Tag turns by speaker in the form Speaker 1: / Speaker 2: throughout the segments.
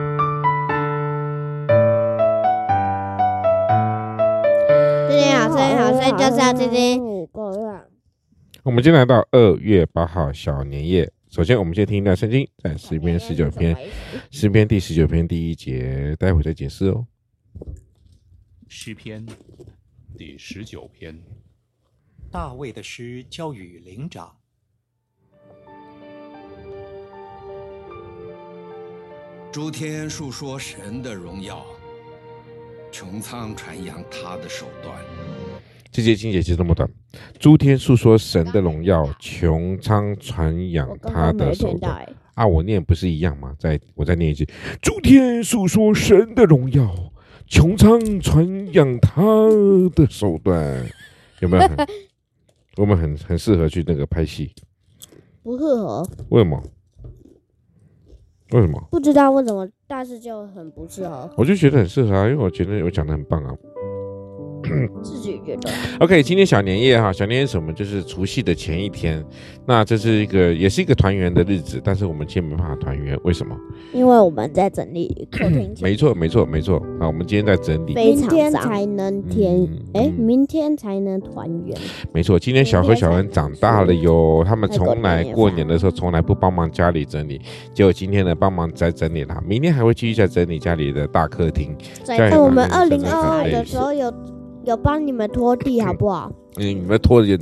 Speaker 1: 哦
Speaker 2: 最近好，最近好，所以就是要听听。啊
Speaker 3: 我们今天来到二月八号小年夜，首先我们先听一段圣经，在诗篇十九
Speaker 1: 哎
Speaker 3: 篇，诗篇第十九篇第一节，待会再解释哦。
Speaker 4: 诗篇第十九篇，
Speaker 5: 大卫的诗交与灵长，
Speaker 6: 诸天述说神的荣耀，穹苍传扬他的手段。
Speaker 3: 这节经节就这么短，诸天述说神的荣耀，穹苍传扬他的手段。
Speaker 2: 哎，
Speaker 3: 啊，我念不是一样吗？再我再念一句：诸天述说神的荣耀，穹苍传扬他的手段。有没有很？我们很很适合去那个拍戏，
Speaker 2: 不适合，
Speaker 3: 为什么？为什么？
Speaker 2: 不知道为什么，但是就很不适合，
Speaker 3: 我就觉得很适合啊，因为我觉得我讲的很棒啊。
Speaker 2: 自己觉得。
Speaker 3: OK，今天小年夜哈，小年夜是什么？就是除夕的前一天，那这是一个也是一个团圆的日子，但是我们今天没办法团圆，为什么？
Speaker 2: 因为我们在整理客厅
Speaker 3: 没错，没错，没错。好，我们今天在整理。
Speaker 2: 非常天才能天，
Speaker 3: 嗯
Speaker 2: 哎、
Speaker 3: 嗯
Speaker 2: 明天才能团圆。
Speaker 3: 没错，今天小何、小恩长大了哟，他们从来过年的时候从来不帮忙家里整理，结果今天呢帮忙在整理啦，明天还会继续在整理家里的大客厅。
Speaker 2: 在
Speaker 3: 对
Speaker 2: 哎，我们二
Speaker 3: 团圆
Speaker 2: 零
Speaker 3: 是
Speaker 2: 二二
Speaker 3: 这
Speaker 2: 的
Speaker 3: 样
Speaker 2: 时候有有帮你们拖地，好不好？
Speaker 3: 嗯，你们拖着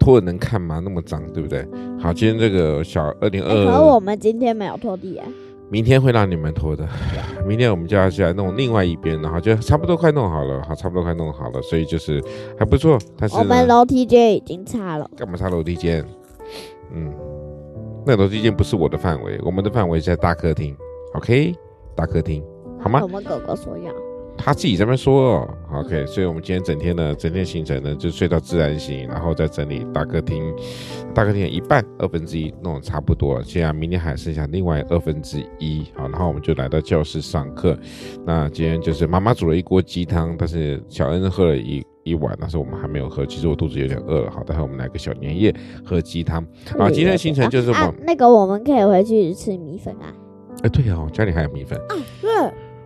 Speaker 3: 拖着能看吗？那么脏，对不对？好，今天这个小二零
Speaker 1: 哎可是我
Speaker 3: 二，
Speaker 1: 们今天没有拖地啊，
Speaker 3: 明天会让你们拖的。 明天我们就要去来弄另外一边，然后就差不多快弄好了，好，差不多快弄好了，所以就是还不错。但是
Speaker 1: 我们
Speaker 3: 呢
Speaker 1: 楼梯间已经擦了。
Speaker 3: 干嘛擦楼梯间？嗯，那楼梯间不是我的范围，我们的范围是在大客厅，OK？大客厅，好吗
Speaker 1: 我们狗狗说要，
Speaker 3: 他自己这边说哦，OK。
Speaker 1: 嗯
Speaker 3: 所以我们今天整天呢，整天行程呢就睡到自然醒，然后再整理大客厅，大客厅的一半二分之一弄得差不多了，现在明天还剩下另外二分之一，好，然后我们就来到教室上课。那今天就是妈妈煮了一锅鸡汤，但是小恩喝了一。一碗，但是我们还没有喝。其实我肚子有点饿了，好，待会我们来个小年夜喝鸡汤。好，今天的行程就是我们，哎、
Speaker 1: 啊，那个我们可以回去吃米粉啊。
Speaker 3: 对哦，家里还有米粉，
Speaker 2: 对，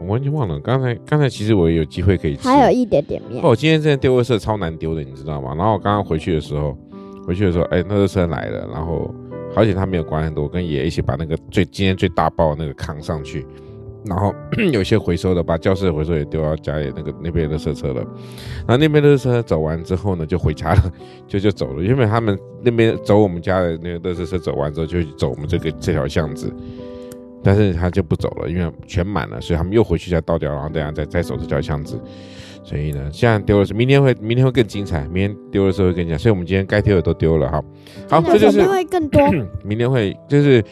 Speaker 3: 我完全忘了。刚才刚才其实我也有机会可以吃，
Speaker 1: 还有一点点面
Speaker 3: 哦，，我今天真的丢垃圾超难丢的，你知道吗？然后我刚刚回去的时候，回去的时候，哎，那垃圾来了，然后好险他没有管很多，我跟爷爷一起把那个最今天最大包的那个扛上去，然后 有些回收的把教室的回收也丢到家里那个那边的垃圾车了，然后那边的垃圾车走完之后呢，就回家了，就就走了，因为他们那边走我们家的那个垃圾车走完之后，就走我们这个这条巷子。但是他就不走了，因为全满了，所以他们又回去再倒掉，然后等下再再走这条巷子。所以呢，现在丢的是明天会，明天会更精彩，明天丢的时候会更精彩。所以我们今天该丢的都丢了哈。好，这就是
Speaker 2: 因为更 多
Speaker 3: 明天会，就是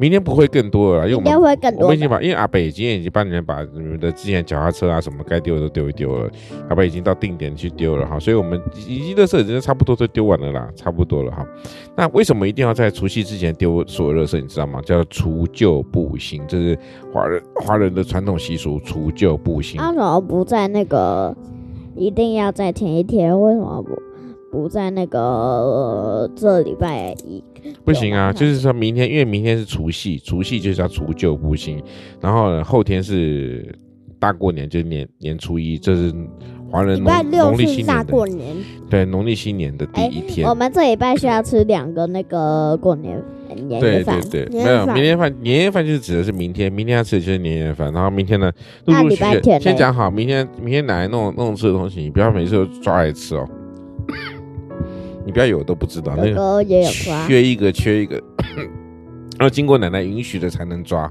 Speaker 3: 明天不会更多了啦，因为我
Speaker 1: 应
Speaker 3: 们
Speaker 1: 该会更
Speaker 3: 我
Speaker 1: 多
Speaker 3: 们已经
Speaker 1: 的。
Speaker 3: 把，因为阿北今天已经帮你们把你们的之前脚踏车啊什么该丢的都丢一丢了，阿北已经到定点去丢了哈，所以我们已经垃圾已经差不多都丢完了啦，差不多了哈。那为什么一定要在除夕之前丢所有垃圾？你知道吗？叫除旧布新，这是华人华人的传统习俗，除旧布新。
Speaker 1: 啊为什么不在那个？一定要在前一天？为什么不不在那个、呃这礼拜一？
Speaker 3: 不行啊，
Speaker 1: 有吗
Speaker 3: 就是说明天，因为明天是除夕，除夕就是要除旧布新，然后呢后天是大过年，就是年年初一，这是华人
Speaker 2: 礼拜
Speaker 3: 农
Speaker 2: 六
Speaker 3: 农历
Speaker 2: 是
Speaker 3: 新
Speaker 2: 大
Speaker 3: 年
Speaker 2: 过
Speaker 3: 的，
Speaker 2: 年，
Speaker 3: 对，农历新年的
Speaker 1: 哎
Speaker 3: 第一天。
Speaker 1: 我们这礼拜需要吃两个那个过年呃年夜
Speaker 3: 对
Speaker 1: 饭
Speaker 3: 对。对，
Speaker 2: 年
Speaker 3: 没
Speaker 2: 夜
Speaker 3: 有
Speaker 2: 饭
Speaker 3: 明天饭，年夜饭就是指的是明天，明天要吃的就是年夜饭，然后明天呢，陆
Speaker 1: 那
Speaker 3: 陆续
Speaker 1: 礼拜
Speaker 3: 续
Speaker 1: 天
Speaker 3: 先
Speaker 1: 嘞
Speaker 3: 讲好，明天明天奶奶弄弄吃的东西，你不要每次都抓来吃哦，你不要有都不知道
Speaker 1: 哥
Speaker 3: 那个。
Speaker 1: 哥也有抓，
Speaker 3: 缺一个缺一个， 要经过奶奶允许的才能抓，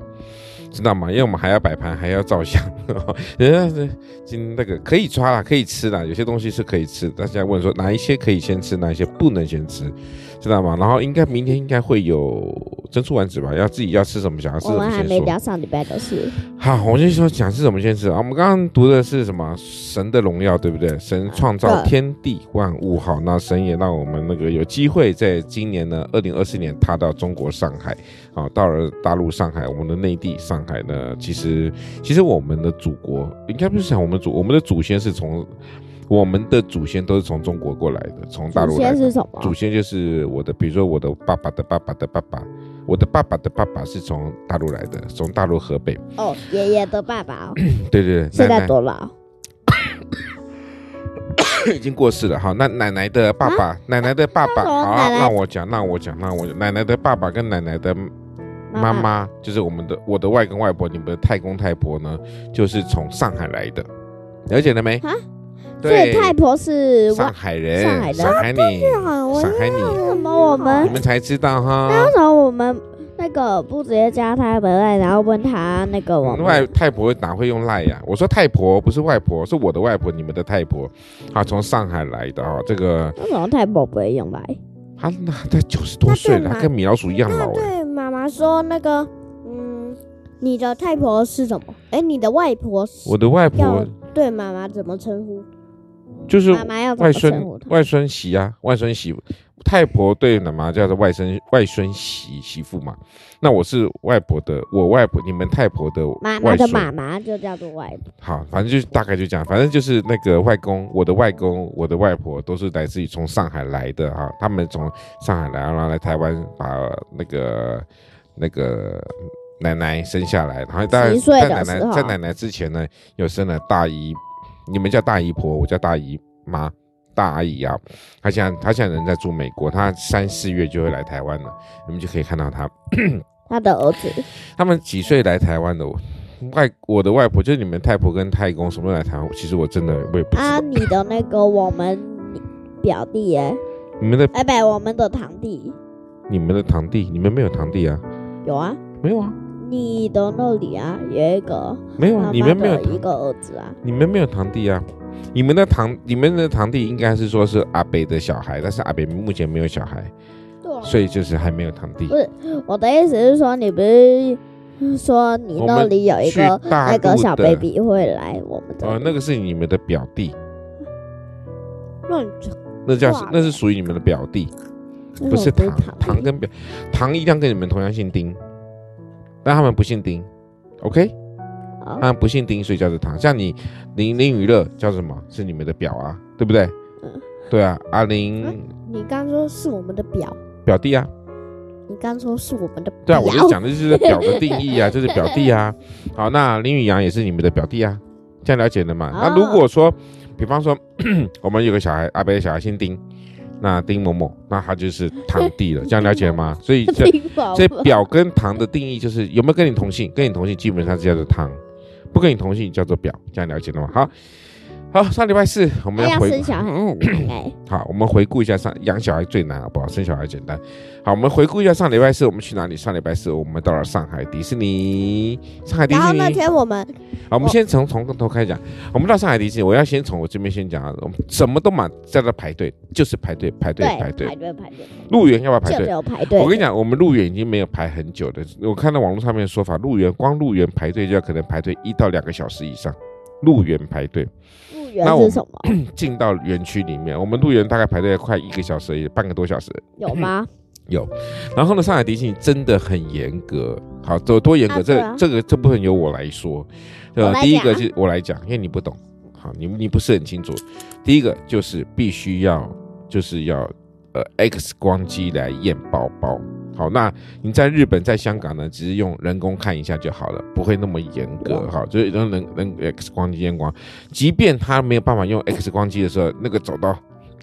Speaker 3: 知道吗？因为我们还要摆盘，还要照相， 人家是今那个可以抓啦，可以吃啦，有些东西是可以吃的，大家问说哪一些可以先吃，哪一些不能先吃，知道吗？然后应该明天应该会有珍珠丸子吧，要自己要吃什么，想要吃
Speaker 1: 我
Speaker 3: 什么
Speaker 1: 们还
Speaker 3: 先
Speaker 1: 没
Speaker 3: 说。
Speaker 1: 聊上礼拜的事。
Speaker 3: 好，我就说讲是什么先吃啊？我们刚刚读的是什么？神的荣耀，对不对？神创造
Speaker 1: 对
Speaker 3: 天地万物。好，那神也让我们那个有机会在今年呢，二零二四年踏到中国上海啊，到了大陆上海，我们的内地上海呢，其实其实我们的祖国应该不是讲我们祖，我们的祖先是从我们的祖先都是从中国过来的，从大
Speaker 1: 祖
Speaker 3: 陆来
Speaker 1: 先
Speaker 3: 的。
Speaker 1: 是什么？
Speaker 3: 祖先就是我的，比如说我的爸爸的爸爸的爸爸，我的爸爸的爸爸是从大陆来的，从大陆河北。
Speaker 1: 哦，爷爷的爸爸哦
Speaker 3: 对对对，
Speaker 1: 现
Speaker 3: 奶
Speaker 1: 在
Speaker 3: 奶
Speaker 1: 多老？
Speaker 3: 已经过世了哈。那奶奶的爸爸，奶奶的爸爸，
Speaker 1: 啊那为什么
Speaker 3: 好啊，
Speaker 1: 奶奶
Speaker 3: 让我讲，让我讲，让我讲。奶奶的爸爸跟奶奶的妈
Speaker 1: 妈
Speaker 3: 妈，就是我们的我的外公外婆，你们的太公太婆呢，就是从上海来的，了解了没
Speaker 1: 啊？所以
Speaker 3: 对，
Speaker 1: 太婆是
Speaker 3: 上
Speaker 1: 外
Speaker 3: 海人，
Speaker 1: 上海人哦
Speaker 3: 上海你，
Speaker 2: 啊我
Speaker 3: 上海你，
Speaker 1: 为什么我们
Speaker 3: 嗯你们才知道哈。
Speaker 1: 那为什么我们那个不直接加他本来，然后问他那个我
Speaker 3: 嗯外
Speaker 1: 们
Speaker 3: 太婆哪会用赖呀、啊我说太婆不是外婆，是我的外婆，你们的太婆，啊，从上海来的啊、这个
Speaker 1: 为什么太婆不会用来？
Speaker 3: 她啊那她九十多岁了，
Speaker 2: 那对嘛
Speaker 3: 她跟米老鼠一样
Speaker 2: 那
Speaker 3: 老哎、
Speaker 2: 对妈妈说那个，嗯，你的太婆是什么？哎，你的外婆是
Speaker 3: 我的外
Speaker 2: 要
Speaker 3: 婆
Speaker 2: 对妈妈怎么称呼？
Speaker 3: 就是
Speaker 1: 妈妈要怎
Speaker 3: 外
Speaker 1: 么称呼
Speaker 3: 孙
Speaker 1: 他？
Speaker 3: 外孙媳啊，外孙媳，太婆对奶妈叫做外孙外孙媳媳妇嘛。那我是外婆的，我外婆你们太婆的
Speaker 1: 妈妈
Speaker 3: 外
Speaker 1: 的
Speaker 3: 孙。
Speaker 1: 妈妈就叫做外婆。
Speaker 3: 好，反正就大概就这样，反正就是那个外公，我的外公，我的外婆都是来自于从上海来的哈、他们从上海来，然后来台湾把那个那个奶奶生下来，然后当然
Speaker 1: 几岁的
Speaker 3: 在奶奶
Speaker 1: 时候
Speaker 3: 在奶奶之前呢，有生了大姨，你们叫大姨婆，我叫大姨妈。大阿姨啊，她现在她现在人在住美国，她三四月就会来台湾了，你们就可以看到她。
Speaker 1: 他的儿子
Speaker 3: 他们几岁来台湾的？我外我的外婆就是你们太婆跟太公什么时候来台湾？其实我真的我也不知道。
Speaker 1: 啊，你的那个我们表弟耶，
Speaker 3: 你们的
Speaker 1: 哎，不，我们的堂弟
Speaker 3: 你们的堂弟，你们没有堂弟啊？
Speaker 1: 有啊，
Speaker 3: 没有啊，
Speaker 1: 你的那里啊有一个
Speaker 3: 没有啊，
Speaker 1: 妈
Speaker 3: 你
Speaker 1: 妈
Speaker 3: 们没有
Speaker 1: 的一
Speaker 3: 堂，
Speaker 1: 个儿子啊，
Speaker 3: 你们没有堂弟啊？你们的堂，你们的堂弟应该是说是阿北的小孩，但是阿北目前没有小孩，
Speaker 1: 哦
Speaker 3: 所以就是还没有堂弟
Speaker 1: 不。是我的意思是说，你不是说你
Speaker 3: 我
Speaker 1: 那
Speaker 3: 们
Speaker 1: 里有一
Speaker 3: 去
Speaker 1: 个
Speaker 3: 大
Speaker 1: 那个
Speaker 3: 陆
Speaker 1: 小
Speaker 3: 的
Speaker 1: baby 会来我们这
Speaker 3: 哦，那
Speaker 1: 里？
Speaker 3: 个是你们的表弟，
Speaker 2: 乱
Speaker 3: 那叫
Speaker 2: 哇
Speaker 3: 那是属于你们的表弟。
Speaker 1: 那
Speaker 3: 不是
Speaker 1: 种
Speaker 3: 唐，唐
Speaker 1: 弟
Speaker 3: 跟表唐一样跟你们同样姓丁，但他们不姓丁，OK？
Speaker 1: 好
Speaker 3: 他们不姓丁，所以叫做唐。像你林林娱乐叫什么？是你们的表啊，对不对？
Speaker 1: 嗯
Speaker 3: 对啊，阿林
Speaker 2: 你刚说是我们的表，
Speaker 3: 表弟啊，
Speaker 2: 你刚说是我们的表，
Speaker 3: 对啊，我就讲的就是表的定义啊，就是表弟 啊。好，那林宇阳也是你们的表弟啊，这样了解了嘛？那如果说，比方说 我们有个小孩，阿北的小孩姓丁，那丁某某，那他就是堂弟了，这样了解吗？所以这
Speaker 1: 听宝
Speaker 3: 所以
Speaker 1: 宝
Speaker 3: 表跟堂的定义就是有没有跟你同姓，跟你同姓基本上是叫做堂，不跟你同姓叫做表，这样了解了吗？好，好，上礼拜四我们
Speaker 1: 哎
Speaker 3: 要
Speaker 1: 要
Speaker 3: 回
Speaker 1: 生小孩很难哎、
Speaker 3: 好，我们回顾一下上养小孩最难好不好？生小孩简单。好，我们回顾一下上礼拜四我们去哪里？上礼拜四我们到了上海迪士尼，上海迪
Speaker 2: 然
Speaker 3: 士
Speaker 2: 后那
Speaker 3: 尼。
Speaker 2: 天我们
Speaker 3: 好，我们先从从头开始讲。我们到上海迪士尼，我要先从我这边先讲啊，我们什么都满在那排队，就是排队排队
Speaker 1: 对，
Speaker 3: 排队
Speaker 1: 排，队排队，
Speaker 3: 入园要不要排
Speaker 1: 就
Speaker 3: 队
Speaker 1: 只？有排队。
Speaker 3: 我跟你讲，我们入园已经没有排很久的。我看到网络上面的说法，入园光入园排队就要可能排队一到两个小时以上。入园排队
Speaker 1: 入
Speaker 3: 那
Speaker 1: 园
Speaker 3: 我们
Speaker 1: 是什 么？
Speaker 3: 进到园区里面，我们入园大概排队了快一个小时，也半个多小时。
Speaker 1: 有吗？
Speaker 3: 有，然后呢，上海迪士尼真的很严格。好，多多严格？
Speaker 1: 啊对啊
Speaker 3: 这这个这部分由我来说。
Speaker 1: 我来
Speaker 3: 第一
Speaker 1: 讲
Speaker 3: 个是我来讲，因为你不懂，好，你你不是很清楚。第一个就是必须要就是要呃 X 光机来验宝宝。好，那你在日本、在香港呢，只是用人工看一下就好了，不会那么严格。好，就是用人人 X 光机验光，即便他没有办法用 X 光机的时候，那个走到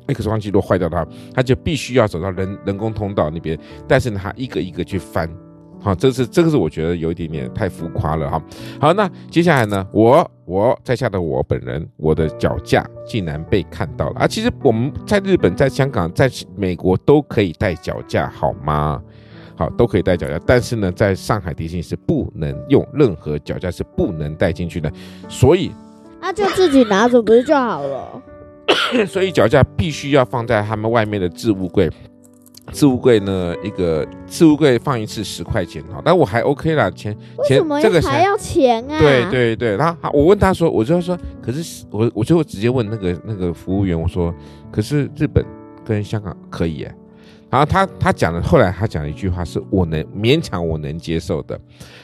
Speaker 3: X 光机都坏掉它，他就必须要走到人人工通道那边，但是呢，他一个一个去翻。好，这是这个是我觉得有一点点太浮夸了哈。好，那接下来呢，我我在下的我本人，我的脚架竟然被看到了啊！其实我们在日本、在香港、在美国都可以带脚架，好吗？好，都可以带脚架，但是呢，在上海迪士尼是不能用任何脚架，是不能带进去的。所以
Speaker 1: 那啊就自己拿走不是就好了？
Speaker 3: 所以脚架必须要放在他们外面的置物柜。置物柜呢，一个置物柜放一次十块钱哈，但我还 OK 啦，钱
Speaker 1: 为
Speaker 3: 钱
Speaker 1: 什么
Speaker 3: 这个
Speaker 1: 还
Speaker 3: 钱。
Speaker 1: 要钱啊？
Speaker 3: 对，对对，然后他我问他说，我就说，可是我我就直接问那个那个服务员，我说，可是日本跟香港可以耶。然后他他讲的，后来他讲了一句话，是我能勉强我能接受的。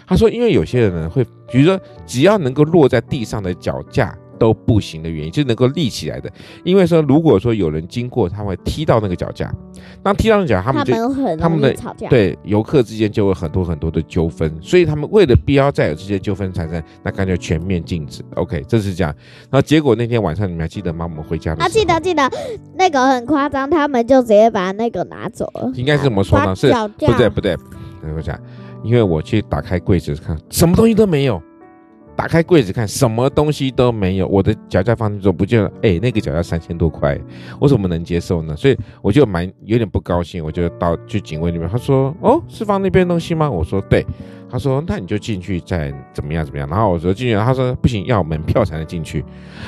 Speaker 3: 他说，因为有些人呢会，比如说只要能够落在地上的脚架都不行的原因，就是能够立起来的。因为说如果说有人经过，他会踢到那个脚架，那踢到那个脚架，他
Speaker 1: 他
Speaker 3: 们就
Speaker 1: 们很
Speaker 3: 他们
Speaker 1: 容易
Speaker 3: 的
Speaker 1: 吵架。
Speaker 3: 对游客之间就会很多很多的纠纷，所以他们为了不要再有这些纠纷产生，那干脆全面禁止。OK，这是这样。然后结果那天晚上你们还记得吗？我们回家的时候
Speaker 1: 啊，记得记得，那个很夸张，他们就直接把那个拿走了。
Speaker 3: 应该是怎么说
Speaker 1: 把
Speaker 3: 呢？是
Speaker 1: 脚架
Speaker 3: 不对不对，等我讲，因为我去打开柜子看，什么东西都没有。打开柜子看，什么东西都没有。我的脚架放进去不见了，哎，那个脚架三千多块，我怎么能接受呢？所以我就蛮有点不高兴，我就到去警卫那边，他说：“哦，是放那边的东西吗？”我说：“对。”他说：“那你就进去再怎么样怎么样。”然后我说：“进去。”他说：“不行，要门票才能进去，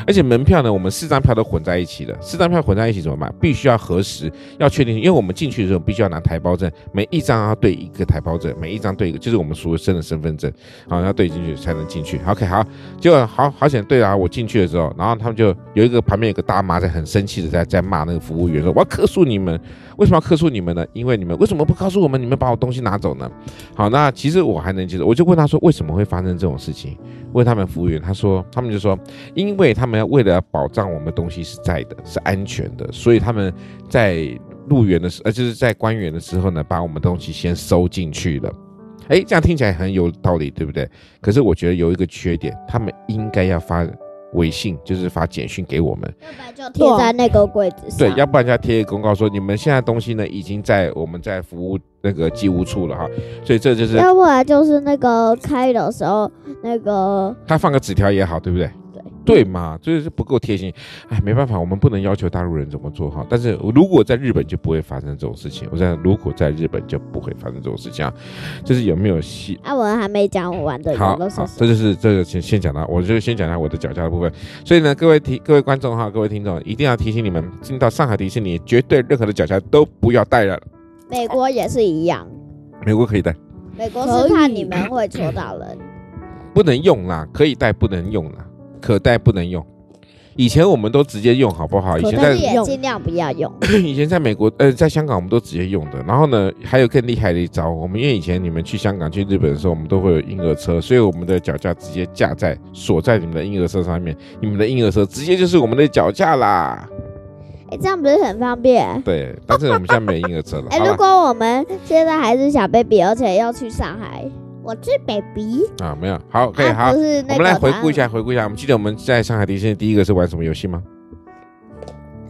Speaker 3: 而且门票呢，我们四张票都混在一起了，四张票混在一起怎么办？必须要核实，要确定，因为我们进去的时候必须要拿台胞证，每一张要对一个台胞证，每一张对一个，就是我们俗称的身份证，好，要对进去才能进去。OK，好，结果好好险，对啊，我进去的时候，然后他们就有一个旁边有个大妈在很生气的在在骂那个服务员说，我要客诉你们，为什么要客诉你们呢？因为你们为什么不告诉我们你们把我东西拿走呢？好，那其实我还能接受，我就问他说为什么会发生这种事情，问他们服务员，他说他们就说，因为他们要为了保障我们东西是在的，是安全的，所以他们在入园的时，呃，就是在官员的时候呢，把我们东西先收进去了。哎，这样听起来很有道理，对不对？可是我觉得有一个缺点，他们应该要发微信，就是发简讯给我们，
Speaker 1: 要不然就贴
Speaker 3: 啊
Speaker 1: 在那个柜子上。
Speaker 3: 对，要不然就要贴一个公告说，你们现在东西呢已经在我们在服务那个寄物处了哈，所以这就是
Speaker 1: 要不然就是那个开的时候，那个
Speaker 3: 他放个纸条也好，对不对？对嘛，就是不够贴心。哎，没办法，我们不能要求大陆人怎么做哈。但是如果在日本就不会发生这种事情。我想，如果在日本就不会发生这种事情啊。就是有没有戏？
Speaker 1: 阿啊文还没讲完的，
Speaker 3: 好，
Speaker 1: 有的时
Speaker 3: 好
Speaker 1: 候，
Speaker 3: 这就是这个先先讲到，我就先讲一下我的脚架的部分。所以呢，各位听各位观众哈，各位听众一定要提醒你们，进到上海迪士尼，绝对任何的脚架都不要带了。
Speaker 1: 美国也是一样，
Speaker 3: 美国可以带，
Speaker 1: 美国
Speaker 2: 可
Speaker 1: 是
Speaker 2: 以
Speaker 1: 怕你们会戳到人。
Speaker 3: 不能用啦，可以带不能用啦，可带不能用。以前我们都直接用好不好？以嗯
Speaker 2: 可
Speaker 3: 前
Speaker 2: 带
Speaker 3: 在
Speaker 1: 但是也
Speaker 2: 用
Speaker 1: 尽量不要用，
Speaker 3: 以前在美国，呃，在香港我们都直接用的。然后呢，还有更厉害的一招，我们因为以前你们去香港、去日本的时候，我们都会有婴儿车，所以我们的脚架直接架在锁在你们的婴儿车上面，你们的婴儿车直接就是我们的脚架啦。
Speaker 1: 哎，这样不是很方便？
Speaker 3: 对，但是我们现在没有婴儿车了，
Speaker 1: 哎，
Speaker 3: 好
Speaker 1: 如
Speaker 3: 吧？
Speaker 1: 果我们现在还是小 baby，而且要去上海，
Speaker 2: 我是 baby，
Speaker 3: 啊，没有，好，可以，
Speaker 1: 啊
Speaker 3: 好
Speaker 1: 不，是那
Speaker 3: 我
Speaker 1: 个
Speaker 3: 们来回
Speaker 1: 答
Speaker 3: 顾一
Speaker 1: 案
Speaker 3: 下，回顾一下，我们记得我们在上海迪士尼第一个是玩什么游戏吗？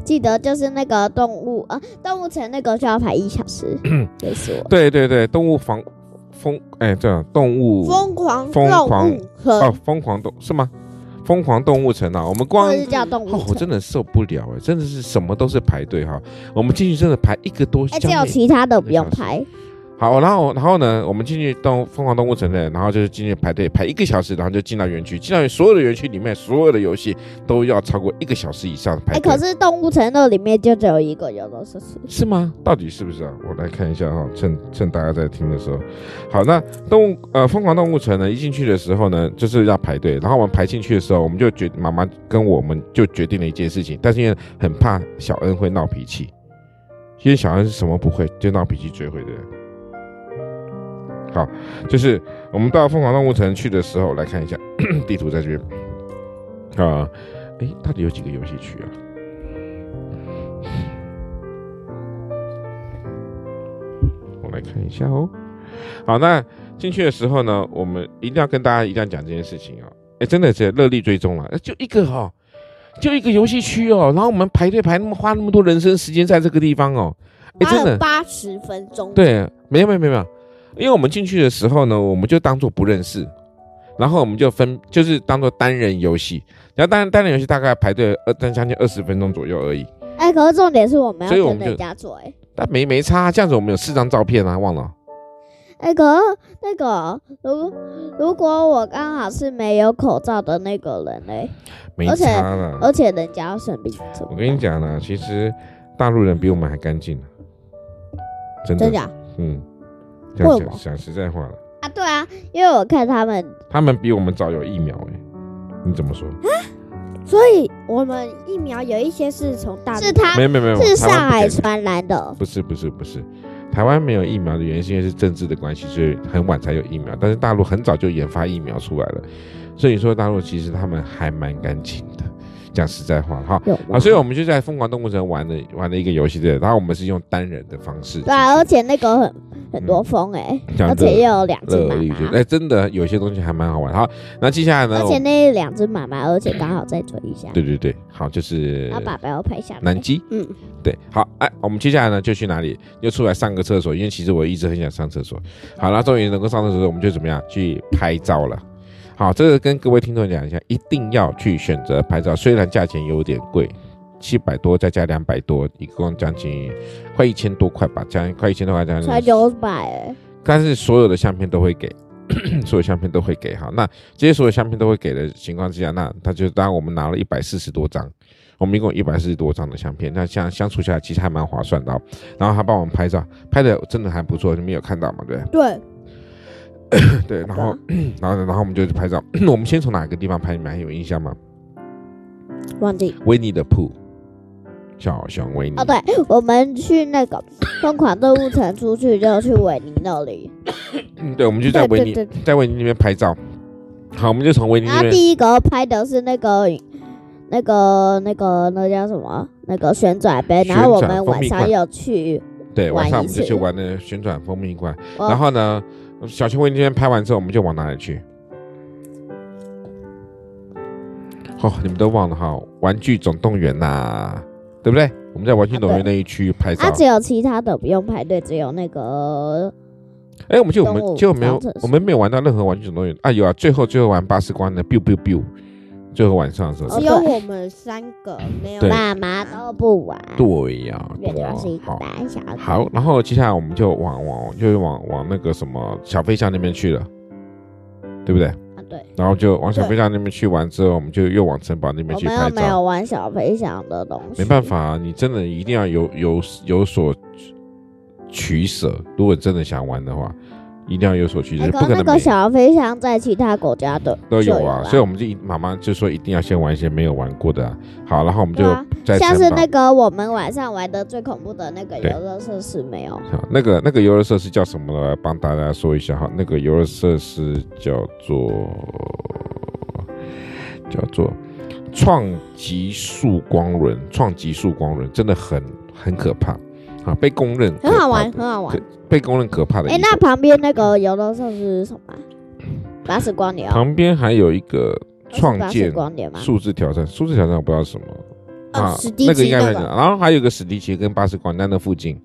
Speaker 1: 记得就是那个动物呃，动物城那个就要排一小 时，累死我。
Speaker 3: 对对对，动物防疯，哎，这样动物
Speaker 2: 疯狂
Speaker 3: 疯狂
Speaker 2: 动物
Speaker 3: 哦
Speaker 2: 和，
Speaker 3: 疯狂动是吗？疯狂动物城啊，我们
Speaker 1: 或
Speaker 3: 光
Speaker 1: 者是叫动
Speaker 3: 哦，
Speaker 1: 物
Speaker 3: 我
Speaker 1: 城，
Speaker 3: 真的受不了哎，真的是什么都是排队哈。我们进去真的排一个多
Speaker 1: 哎，只有
Speaker 3: 小时。
Speaker 1: 其他的不用排。
Speaker 3: 好，然后然后呢，我们进去动疯狂动物城的，然后就是进去排队排一个小时，然后就进到园区，进到所有的园区里面，所有的游戏都要超过一个小时以上的排
Speaker 1: 哎，
Speaker 3: 队。
Speaker 1: 可是动物城那里面就只有一个游乐设施。
Speaker 3: 是吗？到底是不是啊？我来看一下哈、趁趁大家在听的时候，好，那动物呃疯狂动物城呢，一进去的时候呢，就是要排队，然后我们排进去的时候，我们就决妈妈跟我们就决定了一件事情，但是因为很怕小恩会闹脾气，因为小恩是什么不会，就闹脾气最会的人。好，就是我们到疯狂动物城去的时候，来看一下 地图在这边啊，哎、到底有几个游戏区啊？我来看一下哦。好，那进去的时候呢，我们一定要跟大家一定要讲这件事情哦。哎，真的是热力追踪了，呃就一个哦，就一个游戏区哦，然后我们排队排那么花那么多人生时间在这个地方哦，哎，
Speaker 2: 花
Speaker 3: 真
Speaker 2: 了
Speaker 3: 的
Speaker 2: 八十分钟。，
Speaker 3: 对，没有没有没有没有，因为我们进去的时候呢，我们就当做不认识，然后我们就分就是当做单人游戏，然后当然单人游戏大概排队二，但将近二十分钟左右而已。
Speaker 1: 哎，可是重点是我们
Speaker 3: 所以
Speaker 1: 要
Speaker 3: 我
Speaker 1: 跟
Speaker 3: 们就
Speaker 1: 人家做哎。
Speaker 3: 但没没差，啊这样子我们有四张照片啊，忘了。
Speaker 1: 哎，可是那个如如果我刚好是没有口罩的那个人嘞，
Speaker 3: 没
Speaker 1: 而且
Speaker 3: 差了。
Speaker 1: 而且人家要生病，怎么
Speaker 3: 我跟你
Speaker 1: 办，
Speaker 3: 讲呢，其实大陆人比我们还干净呢，啊真的
Speaker 2: 真，假？
Speaker 3: 嗯，
Speaker 2: 为
Speaker 3: 讲
Speaker 2: 什么
Speaker 3: 讲讲实在话了，
Speaker 1: 啊，对啊，因为我看他们
Speaker 3: 他们比我们早有疫苗哎，你怎么说？
Speaker 2: 所以我们疫苗有一些是从大陆
Speaker 1: 是他
Speaker 3: 没有没有没有，
Speaker 1: 是
Speaker 3: 台湾
Speaker 1: 上
Speaker 3: 不
Speaker 1: 海
Speaker 3: 给
Speaker 1: 传来的，
Speaker 3: 不是不是不是，台湾没有疫苗的原因是因为是政治的关系，所以很晚才有疫苗。但是大陆很早就研发疫苗出来了，所以说大陆其实他们还蛮干净的。讲实在话哈
Speaker 1: 有
Speaker 3: 啊，所以我们就在疯狂动物城玩了玩了一个游戏对不对，然后我们是用单人的方式进行，
Speaker 1: 对啊，而且那个很很多风哎、
Speaker 3: 讲
Speaker 1: 而
Speaker 3: 这
Speaker 1: 且又有两只
Speaker 3: 乐
Speaker 1: 妈
Speaker 3: 意就
Speaker 1: 妈，
Speaker 3: 哎，真的有些东西还蛮好玩。好，那接下来呢？
Speaker 1: 而
Speaker 3: 我
Speaker 1: 且那两只妈妈，而且刚好在追一下，
Speaker 3: 对对对，好，就是
Speaker 1: 然后爸爸要拍下来
Speaker 3: 南，极，
Speaker 2: 嗯，
Speaker 3: 对，好，哎，我们接下来呢就去哪里？又出来上个厕所，因为其实我一直很想上厕所。好了，终于能够上厕所，我们就怎么样去拍照了？好，这个跟各位听众讲一下，一定要去选择拍照，虽然价钱有点贵，七百多再加两百多，一共将近快一千多块吧，将近快一千多块将近
Speaker 1: 才九百哎，
Speaker 3: 但是所有的相片都会给， 所有相片都会给。好，那这些所有相片都会给的情况之下，那他就当然我们拿了一百四十多张，我们一共一百四十多张的相片，那相相处下来其实还蛮划算的、哦。然后他帮我们拍照，拍的真的还不错，你们有看到吗？对
Speaker 2: 对，
Speaker 1: 嗯
Speaker 3: 对，然后 然后然后我们就去拍照。 我们先从哪个地方拍？你们还有印象吗？
Speaker 2: 忘记
Speaker 3: 维尼的铺，小熊维尼。
Speaker 1: 哦，对，我们去那个疯狂动物城出去就去维尼那里，
Speaker 3: 嗯对，我们就
Speaker 1: 对
Speaker 3: 在维
Speaker 1: 对
Speaker 3: 尼
Speaker 1: 对，
Speaker 3: 在维尼那边拍照。好，我们就从维尼
Speaker 1: 然
Speaker 3: 那
Speaker 1: 后
Speaker 3: 边。
Speaker 1: 第一个拍的是那个那个那个那叫什么？那个旋转杯，然后我
Speaker 3: 旋转
Speaker 1: 们
Speaker 3: 蜂
Speaker 1: 晚
Speaker 3: 蜜
Speaker 1: 上
Speaker 3: 罐
Speaker 1: 有去，
Speaker 3: 对，晚
Speaker 1: 玩一
Speaker 3: 上我们就去
Speaker 1: 次
Speaker 3: 玩那个旋转蜂蜜罐。
Speaker 1: 哦
Speaker 3: 然后呢，小熊维尼那边拍完之后，我们就往哪里去？哦，你们都忘了哈，玩具总动员呐、对不对？我们在玩具总动员那一区拍照
Speaker 1: 啊，。只有其他的不用排队，只有那个
Speaker 3: 哎、我们就我
Speaker 1: 动
Speaker 3: 们
Speaker 1: 物
Speaker 3: 就没有
Speaker 1: 方程，式
Speaker 3: 我们没有玩到任何玩具总动员啊，有啊，最后最后玩巴斯光的 biu biu biu，最后晚上的时候
Speaker 1: 哦
Speaker 2: 只有我们三个没有
Speaker 3: 对
Speaker 1: 爸妈都不玩，
Speaker 3: 对呀、
Speaker 1: 原
Speaker 3: 哇
Speaker 1: 来是一个
Speaker 3: 哦啊好，
Speaker 1: 胆小鬼。
Speaker 3: 好，然后接下来我们就往往就是往往那个什么小飞象那边去了，对不对？
Speaker 1: 啊，对，
Speaker 3: 然后就往小飞象那边去完之后，我们就又往城堡那边
Speaker 1: 我
Speaker 3: 去
Speaker 1: 们又
Speaker 3: 拍
Speaker 1: 没
Speaker 3: 照。
Speaker 1: 有玩小飞象的东西，
Speaker 3: 没办法、啊，你真的一定要有有有所取舍。如果真的想玩的话，一定要有所取舍，
Speaker 1: 哎。
Speaker 3: 不
Speaker 1: 可
Speaker 3: 可
Speaker 1: 那
Speaker 3: 能
Speaker 1: 个
Speaker 3: 每
Speaker 1: 小飞象在其他国家的
Speaker 3: 都
Speaker 1: 就
Speaker 3: 有
Speaker 1: 有
Speaker 3: 啊。所以我们就一妈妈就说一定要先玩一些没有玩过的、啊。好，然后我们就
Speaker 1: 对啊
Speaker 3: 在
Speaker 1: 像
Speaker 3: 城
Speaker 1: 是
Speaker 3: 堡。
Speaker 1: 那个我们晚上玩的最恐怖的那个
Speaker 3: 对
Speaker 1: 游乐设施没有，
Speaker 3: 好那个那个游乐设施叫什么呢？帮大家说一下哈，那个游乐设施叫做叫做创极速光轮，创极速光轮真的很很可怕啊，被公认
Speaker 2: 很好玩，
Speaker 3: 可
Speaker 2: 很好玩
Speaker 3: 对。怕，被公认可怕的一
Speaker 1: 哎、
Speaker 3: 个。
Speaker 1: 那旁边那个游乐设施是什么啊？巴斯光年哦，
Speaker 3: 旁边还有一个
Speaker 1: 是
Speaker 3: 创
Speaker 1: 巴斯
Speaker 3: 建
Speaker 1: 光年吗？
Speaker 3: 数字挑战，数字挑战我不知道是什么
Speaker 2: 哦
Speaker 3: 啊
Speaker 2: 史，迪
Speaker 3: 那个应
Speaker 2: 奇
Speaker 3: 该
Speaker 2: 那
Speaker 3: 在
Speaker 2: 个
Speaker 3: 讲。然后还有一个史迪奇跟巴斯光年那附近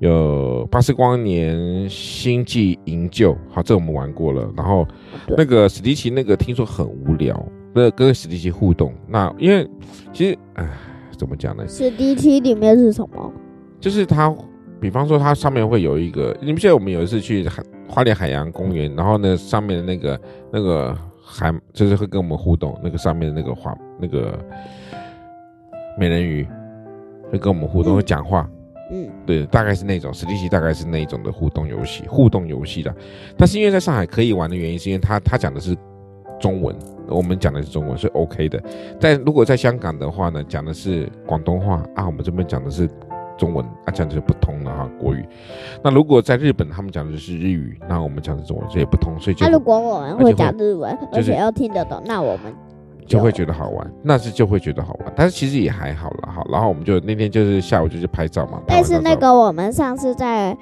Speaker 3: 有巴斯光年星际营救，好，这我们玩过了。然后
Speaker 1: 哦对
Speaker 3: 那个史迪奇那个听说很无聊，那跟史迪奇互动，那因为其实唉，怎么讲呢？
Speaker 1: 史迪奇里面是什么？
Speaker 3: 就是它，比方说它上面会有一个，你们记得我们有一次去海花莲海洋公园，然后呢上面的那个那个海就是会跟我们互动，那个上面的那个花那个美人鱼会跟我们互动，
Speaker 2: 嗯
Speaker 3: 会讲话。
Speaker 2: 嗯，
Speaker 3: 对，大概是那种史迪奇，大概是那一种的互动游戏，互动游戏的。但是因为在上海可以玩的原因，是因为他他讲的是中文，我们讲的是中文，是 OK 的。但如果在香港的话呢，讲的是广东话啊，我们这边讲的是中文啊，这样就不通了哈，国语。那如果在日本，他们讲的是日语，那我们讲的是中文，这也不通，所以就
Speaker 1: 那、啊如果我们
Speaker 3: 而且
Speaker 1: 会
Speaker 3: 会
Speaker 1: 讲日文，
Speaker 3: 就
Speaker 1: 而
Speaker 3: 是
Speaker 1: 且又听得懂，那我们
Speaker 3: 就会觉得好玩，那是就会觉得好玩。但是其实也还好了哈。然后我们就那天就是下午就去拍照嘛，拍完
Speaker 1: 但
Speaker 3: 照
Speaker 1: 是
Speaker 3: 之
Speaker 1: 那
Speaker 3: 后
Speaker 1: 个我们上次在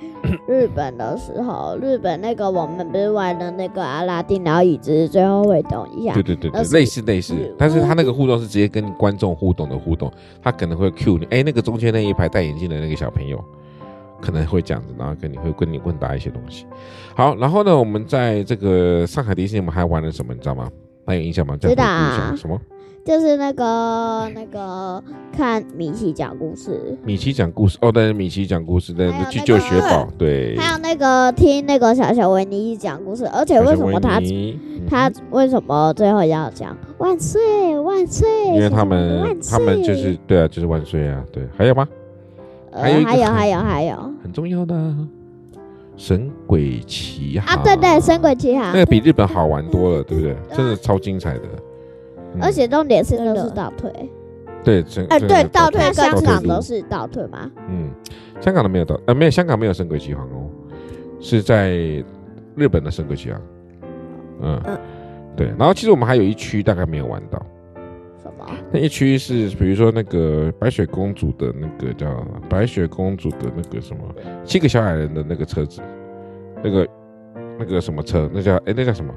Speaker 1: 日本的时候，日本那个我们不是玩的那个阿拉丁，然后椅子最后会动一下
Speaker 3: 对，对对对
Speaker 1: 那，呃是嗯
Speaker 3: 类似类似
Speaker 1: 是，
Speaker 3: 但是他那个互动是直接跟观众互动的互动，他可能会 cue 你，哎，那个中间那一排戴眼镜的那个小朋友，可能会这样子，然后跟你会跟你问答一些东西。好，然后呢，我们在这个上海迪士尼，我们还玩了什么？你知道吗？还有印象吗？再
Speaker 1: 知道
Speaker 3: 回顾一下
Speaker 1: 啊
Speaker 3: 什么？
Speaker 1: 就是那个那个看米奇讲故事，
Speaker 3: 米奇讲故事哦，对，米奇讲故事，对
Speaker 1: 还有，
Speaker 3: 去
Speaker 1: 那
Speaker 3: 救
Speaker 1: 个
Speaker 3: 雪宝，对，
Speaker 1: 还有那个听那个小小维尼讲故事，而且
Speaker 3: 小
Speaker 1: 为
Speaker 3: 熊
Speaker 1: 什么
Speaker 3: 维
Speaker 1: 他
Speaker 3: 尼嗯
Speaker 1: 他为什么最后要讲万岁万岁？
Speaker 3: 因为
Speaker 1: 小
Speaker 3: 他
Speaker 1: 小维尼
Speaker 3: 们
Speaker 1: 万
Speaker 3: 他们就
Speaker 1: 岁
Speaker 3: 是对啊，就是万岁啊，对，还有吗？
Speaker 1: 呃，
Speaker 3: 还有一个
Speaker 1: 还有
Speaker 3: 很
Speaker 1: 还有还有啊，
Speaker 3: 很重要的啊神鬼奇航
Speaker 1: 啊对对，《神鬼奇航啊
Speaker 3: 那》个比日本好玩多了，对不对？真的超精彩的，嗯
Speaker 1: 而且重点是都
Speaker 2: 真
Speaker 1: 是
Speaker 2: 的
Speaker 1: 倒退，
Speaker 3: 对，真
Speaker 1: 哎，
Speaker 3: 真
Speaker 1: 对，
Speaker 3: 的
Speaker 1: 倒退
Speaker 2: 那
Speaker 1: 跟香
Speaker 3: 倒退
Speaker 1: 港
Speaker 3: 路
Speaker 1: 都是倒退嘛。
Speaker 3: 嗯，香港的没有到，呃，没有香港没有神鬼奇航哦，是在日本的神鬼奇航。嗯，
Speaker 2: 嗯
Speaker 3: 对。然后其实我们还有一区大概没有玩到，
Speaker 1: 什么？
Speaker 3: 那一区是比如说那个白雪公主的那个叫白雪公主的那个什么七个小矮人的那个车子，那个那个什么车，那叫哎那叫什么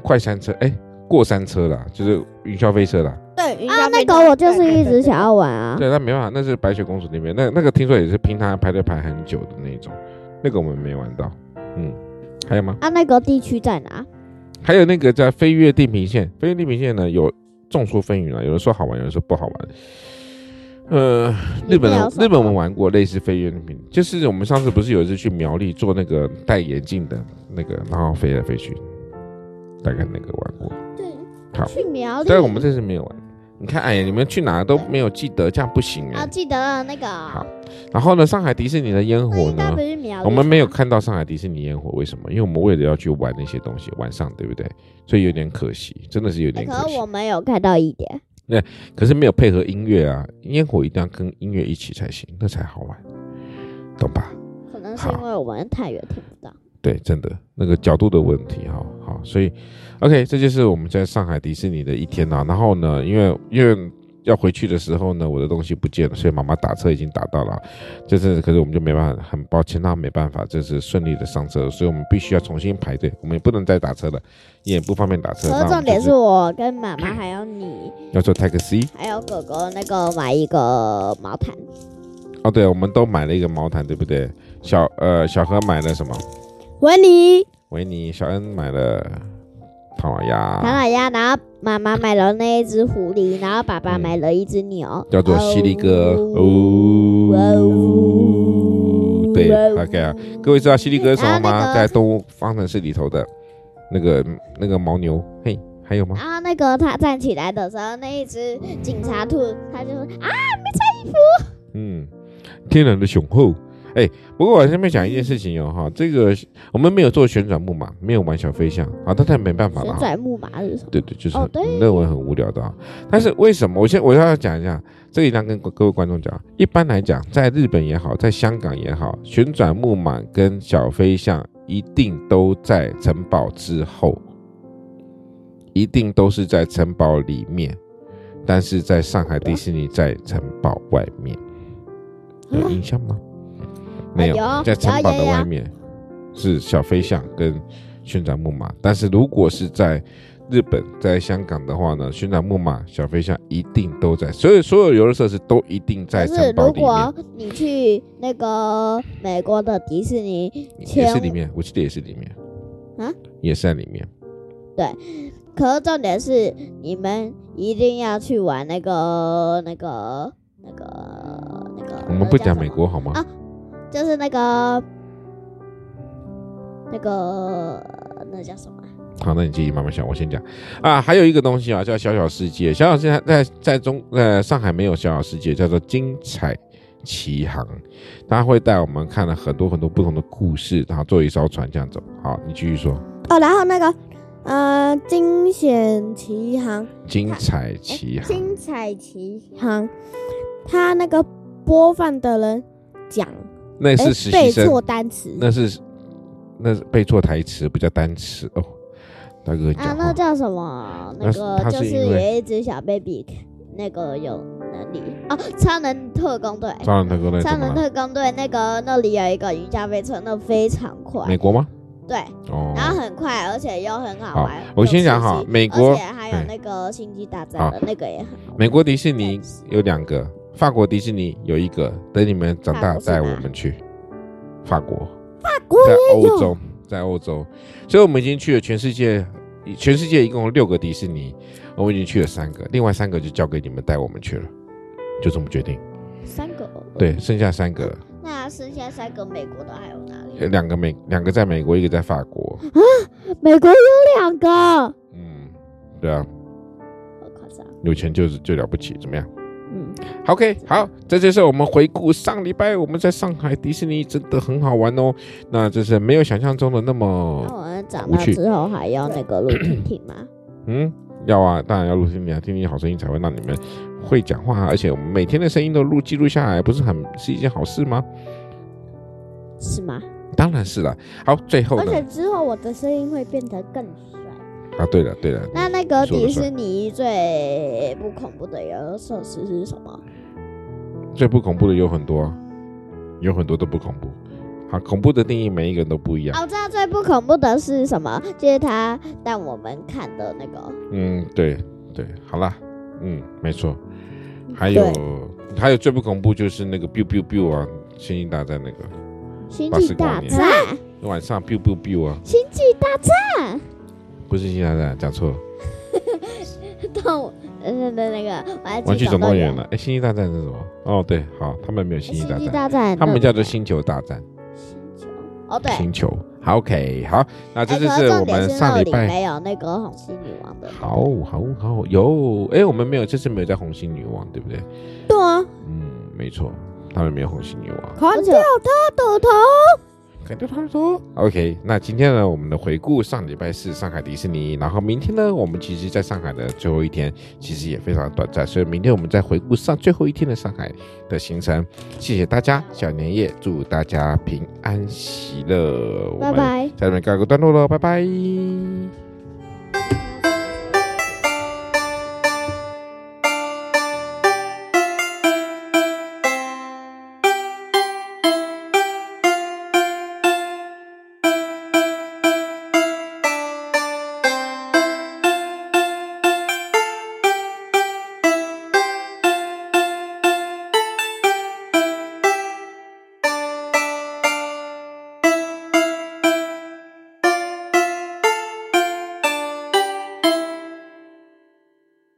Speaker 3: 快山车哎。过山车啦，就是云霄飞车啦。
Speaker 2: 对
Speaker 1: 啊，那个我就是一直想要玩啊。
Speaker 3: 对，那没办法，那是白雪公主那边，那那个听说也是拼她排队排很久的那种，那个我们没玩到。嗯，还有吗？
Speaker 1: 啊，那个地区在哪？
Speaker 3: 还有那个在飞跃地平线，飞跃地平线呢有众说纷纭啊，有人说好玩，有人说不好玩。呃，日本
Speaker 1: 里面
Speaker 3: 人
Speaker 1: 有什么
Speaker 3: 日本我们玩过类似飞跃地平，就是我们上次不是有一次去苗栗做那个戴眼镜的那个，然后飞来飞去，大概那个玩过。好
Speaker 1: 去苗栗。
Speaker 3: 但是我们这次没有玩。你看，哎，你们去哪都没有记得，这样不行哎、
Speaker 1: 啊，记得了那个，
Speaker 3: 然后呢，上海迪士尼的烟
Speaker 1: 那
Speaker 3: 火
Speaker 1: 应该
Speaker 3: 呢
Speaker 1: 不？是苗栗。
Speaker 3: 我们没有看到上海迪士尼烟火，为什么？因为我们为了要去玩那些东西，晚上对不对？所以有点可惜，真的是有
Speaker 1: 哎，
Speaker 3: 点可
Speaker 1: 可
Speaker 3: 惜。
Speaker 1: 是我们有看到一点。
Speaker 3: 可是没有配合音乐啊，烟火一定要跟音乐一起才行，那才好玩，懂吧？
Speaker 1: 可能是因为我们太远听不到。
Speaker 3: 对，真的那个角度的问题哈，好，所以 OK，这就是我们在上海迪士尼的一天啊。然后呢，因为因为要回去的时候呢，我的东西不见了，所以妈妈打车已经打到了，就是可是我们就没办法，很抱歉，那没办法，就是顺利的上车，所以我们必须要重新排队，我们也不能再打车了，也不方便打
Speaker 1: 可
Speaker 3: 车。
Speaker 1: 是
Speaker 3: 那我
Speaker 1: 重
Speaker 3: 们就
Speaker 1: 点是我跟妈妈还有你
Speaker 3: 要坐 taxi
Speaker 1: 还有哥哥那个买一个毛毯，
Speaker 3: 哦，对，我们都买了一个毛毯，对不对？小呃小何买了什么？
Speaker 2: 维尼
Speaker 3: 维尼，小恩买了唐老
Speaker 1: 唐
Speaker 3: 鸭，
Speaker 1: 老鸭，然后妈妈买了那一只狐狸，然后爸爸
Speaker 3: 嗯
Speaker 1: 买了一只哦牛，
Speaker 3: 叫做犀利哥
Speaker 1: 哇
Speaker 3: 哦
Speaker 1: 哦。
Speaker 3: 对
Speaker 1: 哇哦
Speaker 3: ，OK 啊，各位知道犀利哥是什么
Speaker 1: 然后那
Speaker 3: 吗？
Speaker 1: 个
Speaker 3: 在动物方程式里头的那个那个牦牛，嘿，还有吗？
Speaker 1: 然后那个他站起来的时候，那一只警察兔，他就说啊，
Speaker 3: 嗯，天然的雄厚。哎，不过我下面讲一件事情哦，哈，这个我们没有做旋转木马，没有玩小飞象啊，但是没办法了
Speaker 1: 旋
Speaker 3: 哈。
Speaker 1: 转木马是什么？
Speaker 3: 对对，就是
Speaker 1: 哦
Speaker 3: 很
Speaker 1: 对
Speaker 3: 你认为很无聊的、啊。但是为什么？我先我要讲一下，这个一定要跟各各位观众讲。一般来讲，在日本也好，在香港也好，旋转木马跟小飞象一定都在城堡之后，一定都是在城堡里面。但是在上海迪士尼，在城堡外面，有印象吗？没有，
Speaker 1: 有
Speaker 3: 在城堡
Speaker 1: 啊哎有
Speaker 3: 的
Speaker 1: 有有
Speaker 3: 外面是小飞象跟旋转木马。但是如果是在日本、在香港的话呢，旋转木马、小飞象一定都在，所有所有游乐设施都一定在
Speaker 1: 可是
Speaker 3: 城堡
Speaker 1: 如
Speaker 3: 里面
Speaker 1: 果，你去那个美国的迪士尼，
Speaker 3: 也是
Speaker 1: 千
Speaker 3: 里面，我记得也是里面，
Speaker 1: 啊，
Speaker 3: 也是在里面。
Speaker 1: 可是重点是你们一定要去玩那个那个那个那个。
Speaker 3: 我们不
Speaker 1: 那个叫什
Speaker 3: 讲
Speaker 1: 么
Speaker 3: 美，国好吗？
Speaker 1: 哦啊就是那个那个那叫什么？
Speaker 3: 好，那你自己慢慢想，我先讲啊。还有一个东西啊，叫小小世界。小小世界在在中呃上海没有小小世界，叫做精彩奇航。他会带我们看了很多很多不同的故事，然后坐一艘船这样走。好，你继续说。
Speaker 2: 哦，然后那个呃，惊险奇航，
Speaker 1: 哎
Speaker 3: 精彩奇航，
Speaker 2: 精彩奇航，他那个播放的人讲，
Speaker 3: 那
Speaker 2: 哎
Speaker 3: 是实习
Speaker 2: 背
Speaker 3: 生，
Speaker 2: 错单词，
Speaker 3: 那是那是背错台词，不叫单词哦。大哥你
Speaker 1: 啊，
Speaker 3: 讲
Speaker 1: 那
Speaker 3: 话，
Speaker 1: 叫什么？
Speaker 3: 那
Speaker 1: 那
Speaker 3: 是
Speaker 1: 个
Speaker 3: 它
Speaker 1: 就是是
Speaker 3: 因为
Speaker 1: 有一只小 baby，那个有能力哦，超能特工队，
Speaker 3: 超人特工队
Speaker 1: 超
Speaker 3: 怎么
Speaker 1: 能
Speaker 3: 了？
Speaker 1: 特工队那个那里有一个云霄飞车，那非常快
Speaker 3: 美，国吗？
Speaker 1: 对，
Speaker 3: 哦，
Speaker 1: 然后很快，而且又很好
Speaker 3: 好
Speaker 1: 玩。
Speaker 3: 我
Speaker 1: 有
Speaker 3: 先讲
Speaker 1: 刺
Speaker 3: 哈
Speaker 1: 激
Speaker 3: 美国
Speaker 1: 而且还有
Speaker 3: 哎
Speaker 1: 那个星际大
Speaker 3: 好
Speaker 1: 战的那个也很好玩。
Speaker 3: 美国迪士尼有两个，法国迪士尼有一个。等你们长大
Speaker 1: 法国是哪
Speaker 3: 带我们去法国，
Speaker 2: 国
Speaker 3: 在欧洲，在欧洲。所以我们已经去了全世界，全世界一共有六个迪士尼，我们已经去了三个，另外三个就交给你们带我们去了，就这么决定。
Speaker 1: 三个，
Speaker 3: 对，剩下三个，
Speaker 1: 那剩下三个美国的还有哪里？
Speaker 3: 呃两个美，两个在美国，一个在法国。
Speaker 2: 美国有两个，
Speaker 3: 嗯，对啊，
Speaker 1: 好夸张！
Speaker 3: 有钱就是最了不起，怎么样？
Speaker 1: 嗯，
Speaker 3: OK，好，这就是我们回顾上礼拜我们在上海迪士尼真的很好玩哦。那就是没有想象中的那么
Speaker 1: 那我们长
Speaker 3: 哦无
Speaker 1: 大
Speaker 3: 趣
Speaker 1: 之后还要那个录听听 吗？
Speaker 3: 嗯，要啊，当然要录听你啊，听你好声音才会让你们会讲话啊、而且我们每天的声音都录记录下来，不是很是一件好事吗？
Speaker 1: 是吗？
Speaker 3: 当然是啦。好，最后
Speaker 2: 而
Speaker 3: 呢
Speaker 2: 且？之后我的声音会变得更帅。
Speaker 3: 啊，对了对了，
Speaker 1: 那那个
Speaker 3: 你说的
Speaker 1: 迪
Speaker 3: 是
Speaker 1: 士尼最不恐怖的游乐设施是什么？
Speaker 3: 最不恐怖的有很多啊，有很多都不恐怖。好，恐怖的定义每一个人都不一样
Speaker 1: 啊，。我知道最不恐怖的是什么，就是他带我们看的那个。
Speaker 3: 嗯，对对，好啦，嗯，没错。还有还有最不恐怖就是那个 biu biu biu 啊，星际大战那个
Speaker 1: 星
Speaker 3: 巴
Speaker 1: 际
Speaker 3: 士光
Speaker 1: 大
Speaker 3: 年
Speaker 1: 战，
Speaker 3: 晚上 biu biu biu 啊，
Speaker 1: 星际大
Speaker 3: 不是星际大战，讲错了，
Speaker 1: 战动，呃，那那那个
Speaker 3: 玩
Speaker 1: 玩具
Speaker 3: 具总
Speaker 1: 总
Speaker 3: 动
Speaker 1: 动
Speaker 3: 员
Speaker 1: 员。
Speaker 3: 了。哎，星际大战是什么？哦，对，好，他们没有星际
Speaker 1: 星
Speaker 3: 大
Speaker 1: 际
Speaker 3: 战，
Speaker 1: 大战，
Speaker 3: 他们叫做
Speaker 1: 星
Speaker 3: 星球大战，
Speaker 1: 球。哦，对，
Speaker 3: 星球。好，OK，好，那这
Speaker 1: 哎
Speaker 3: 就
Speaker 1: 可
Speaker 3: 是
Speaker 1: 重
Speaker 3: 我
Speaker 1: 点
Speaker 3: 们
Speaker 1: 是
Speaker 3: 上
Speaker 1: 那
Speaker 3: 礼
Speaker 1: 里
Speaker 3: 拜。
Speaker 1: 没有那个红心女王的。
Speaker 3: 好好好，有哎，我们没有，这次没有在红心女王，对不对？
Speaker 2: 对啊，
Speaker 3: 嗯，没错，他们没有红心女王。
Speaker 2: 砍掉他的头。
Speaker 3: 感觉他说 OK，那今天呢，我们的回顾上礼拜是上海迪士尼，然后明天呢，我们其实在上海的最后一天，其实也非常短暂，所以明天我们再回顾上最后一天的上海的行程。谢谢大家，小年夜，祝大家平安喜乐，我
Speaker 2: 拜
Speaker 3: 们
Speaker 2: 拜。
Speaker 3: 在这边告一个段落了，拜拜。